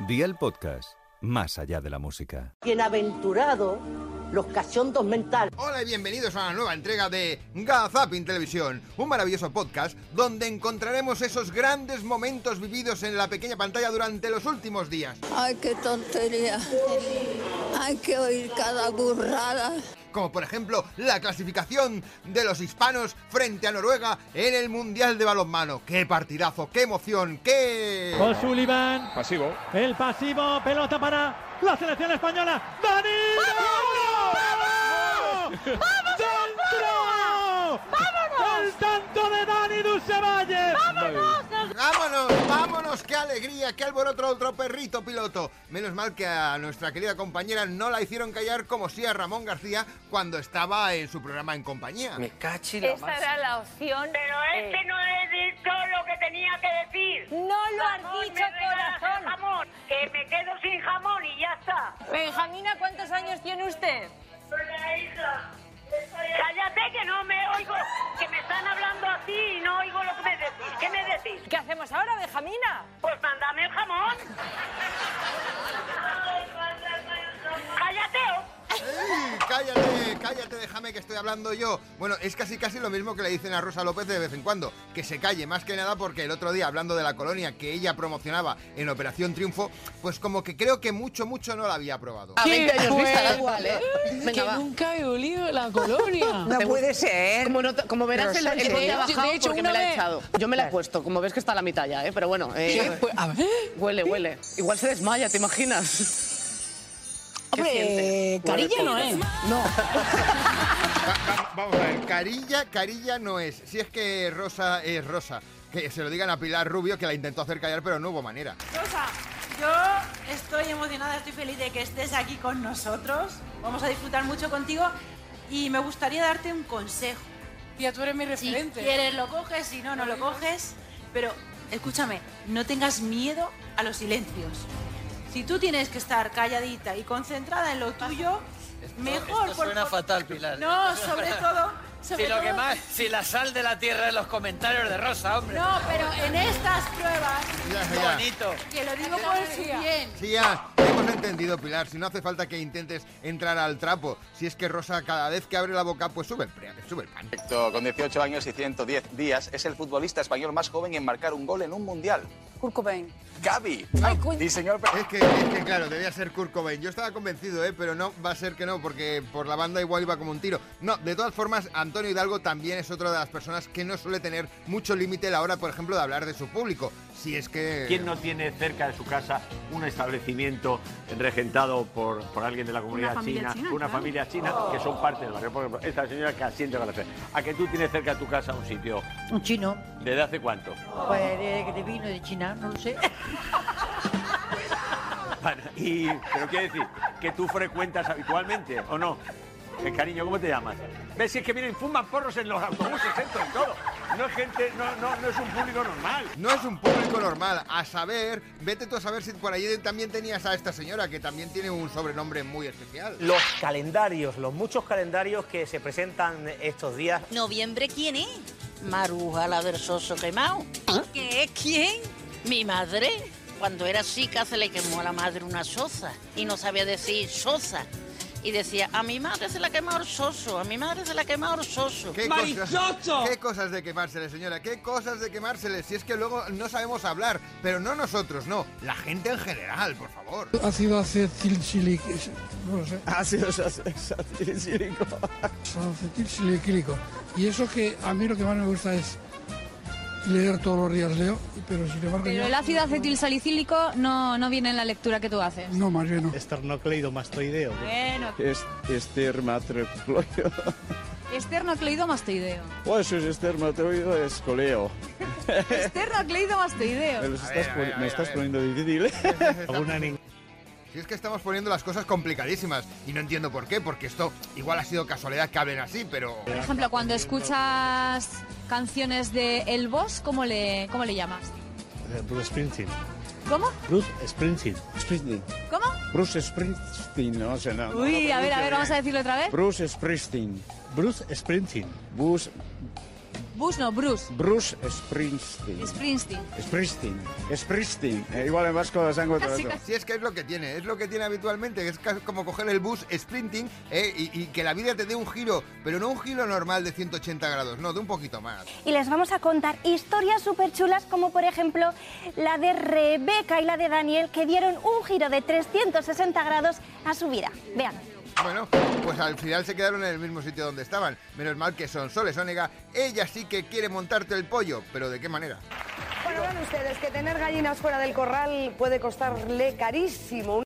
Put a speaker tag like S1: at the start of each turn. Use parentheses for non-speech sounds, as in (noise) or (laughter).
S1: Día el podcast, más allá de la música.
S2: Bienaventurados los cachondos mentales.
S3: Hola y bienvenidos a una nueva entrega de Gazapin Televisión, un maravilloso podcast donde encontraremos esos grandes momentos vividos en la pequeña pantalla durante los últimos días.
S4: Ay, qué tontería. Hay que oír cada burrada.
S3: Como por ejemplo la clasificación de los hispanos frente a Noruega en el Mundial de Balonmano. ¡Qué partidazo! ¡Qué emoción! ¡Qué...
S5: O'Sullivan,
S6: Pasivo.
S5: el pasivo, pelota para la selección española. ¡Dani! ¡Vamos! ¡Vamos! ¡El tanto de Dani Dusevalle!
S3: ¡Vámonos! ¡Vámonos! ¡Qué alegría! ¡Qué alboroto otro perrito piloto! Menos mal que a nuestra querida compañera no la hicieron callar como si a Ramón García cuando estaba en su programa en compañía.
S7: Me cachi la
S8: Esa era la opción.
S9: Pero es que
S8: eh,
S9: no he dicho lo que tenía que decir.
S8: no lo has
S9: Jamón,
S8: dicho,
S9: me regalas el
S8: corazón.
S9: Jamón, que me quedo sin jamón y ya está.
S8: Eh. Benjamina, ¿cuántos años tiene usted?
S9: Cállate que no me oigo, que me están hablando así y no oigo lo que me decís. ¿Qué me decís?
S8: ¿Qué hacemos ah? ahora, Benjamina?
S9: Pues mándame el jamón. Cállate. oh.
S3: ¡Ey! ¡Cállate! ¡Cállate! Déjame que estoy hablando yo. Bueno, es casi casi lo mismo que le dicen a Rosa López de vez en cuando. Que se calle, más que nada porque el otro día, hablando de la colonia que ella promocionaba en Operación Triunfo, pues como que creo que mucho, mucho no la había probado.
S7: A 20 años vista, da igual, ¿eh?
S10: que
S7: Venga, va.
S10: nunca he olido la colonia.
S7: (laughs) No puede ser. Como, no- como verás,
S10: Pero
S7: el, el
S10: Sánchez,
S7: bote ha
S10: de
S7: bajado
S10: hecho,
S7: porque
S10: una
S7: me la he
S10: vez-
S7: echado. Yo me la he puesto, como ves que está a la mitad ya, ¿eh? Pero bueno, eh,
S10: ¿Qué? Pues, a ver.
S7: huele, huele. Igual se desmaya, ¿te imaginas? ¿Qué siente?
S10: Hombre, carilla no es.
S7: No.
S3: Vamos a ver, carilla, carilla no es. Si es que Rosa es Rosa. Que se lo digan a Pilar Rubio, que la intentó hacer callar, pero no hubo manera.
S11: Rosa, yo estoy emocionada, estoy feliz de que estés aquí con nosotros. Vamos a disfrutar mucho contigo y me gustaría darte un consejo.
S10: Tía, tú eres mi
S11: Si
S10: referente.
S11: quieres lo coges, si no, no lo coges. Pero escúchame, no tengas miedo a los silencios. Si tú tienes que estar calladita y concentrada en lo tuyo, mejor. por
S6: Ah, suena
S11: favor.
S6: fatal, Pilar.
S11: No, sobre todo.
S6: (laughs)
S11: Sobre
S6: Si lo que
S11: todo-
S6: más, si la sal de la tierra en los comentarios de Rosa, hombre.
S11: No, pero en estas pruebas,
S3: Ya,
S6: Qué
S3: ya.
S6: bonito.
S11: que lo digo por su bien.
S3: Sí, ya, te hemos entendido, Pilar. Si no hace falta que intentes entrar al trapo. Si es que Rosa, cada vez que abre la boca, pues sube el, pre- sube el pan.
S6: Con 18 años y 110 días, es el futbolista español más joven en marcar un gol en un mundial.
S4: Kurt Cobain.
S6: Gaby.
S4: Ay, coño.
S6: Diseñador.
S3: Es que, es que, claro, debía ser Kurt Cobain. Yo estaba convencido, ¿eh? pero no, va a ser que no, porque por la banda igual iba como un tiro. No, de todas formas, Antonio Hidalgo también es otra de las personas que no suele tener mucho límite a la hora, por ejemplo, de hablar de su público. Si es que...
S12: ¿Quién no tiene cerca de su casa un establecimiento regentado por, por alguien de la comunidad china, una familia china, que son parte del barrio? Por ejemplo, esta señora que asiente con la fe. ¿A que tú tienes cerca de tu casa un sitio?
S10: Un chino.
S12: ¿Desde hace cuánto? (laughs)
S10: Pues de vino de China, no lo sé.
S12: Bueno, y, pero quiere decir, que tú frecuentas habitualmente, ¿o no? Eh, cariño, ¿cómo te llamas? ¿Ves? Si es que vienen, fuman porros en los autobuses, dentro, en todo. No es gente, no, no, no es un público normal.
S3: No es un público normal, a saber, vete tú a saber si por allí también tenías a esta señora, que también tiene un sobrenombre muy especial.
S6: Los calendarios, los muchos calendarios que se presentan estos días.
S4: ¿Noviembre quién es? Maruja la versoso quemado. ¿Qué es quién? Mi madre. Cuando era chica se le quemó a la madre una sosa y no sabía decir sosa. Y decía, a mi madre se la quema soso, a mi madre se la quema soso.
S3: ¿Qué cosas, qué cosas de quemársele, señora, qué cosas de quemársele. Si es que luego no sabemos hablar, pero no nosotros, no, la gente en general, por favor.
S10: Ha sido acetilsilic... No lo sé.
S7: Ácido
S10: Acetilsilicílico. Y eso que a mí lo que más me gusta es leer todos los días, leo, pero sin embargo...
S8: Pero el ácido acetilsalicílico no, no viene en la lectura que tú haces.
S10: No, más bien no.
S7: Esternocleidomastoideo.
S8: Bueno,
S7: este Estermatreploio. (laughs)
S8: esternocleidomastoideo.
S7: Pues es estermatroideo es coleo.
S8: Esternocleidomastoideo.
S3: A ver, a ver, a ver, a ver.
S7: difícil.
S3: Si es que estamos poniendo las cosas complicadísimas, y no entiendo por qué, porque esto igual ha sido casualidad que hablen así, (laughs) pero...
S8: Por ejemplo, cuando escuchas canciones de El Boss, ¿cómo le, cómo le llamas?
S7: Bruce Springsteen.
S8: ¿Cómo?
S7: Bruce Springsteen. Springsteen.
S8: ¿Cómo?
S7: Bruce Springsteen, no sé, no.
S8: Uy, a ver, a ver, vamos a decirlo otra vez.
S7: Bruce Springsteen. Bruce Springsteen. Bruce.
S8: Bush no, Bruce.
S13: Bruce Springsteen.
S8: Springsteen.
S13: Springsteen. Springsteen. Eh, igual en vasco lo sango todo eso.
S3: Sí, es que es lo que tiene, es lo que tiene habitualmente, que es ca- como coger el bus sprinting eh, y, y que la vida te dé un giro, pero no un giro normal de 180 grados, no, de un poquito más.
S14: y les vamos a contar historias súper chulas como por ejemplo la de Rebeca y la de Daniel que dieron un giro de 360 grados a su vida. Vean.
S3: Bueno, pues al final se quedaron en el mismo sitio donde estaban. Menos mal que son Soles Onega, ella sí que quiere montarte el pollo, pero ¿de qué manera?
S15: Bueno, vean ustedes que tener gallinas fuera del corral puede costarle carísimo.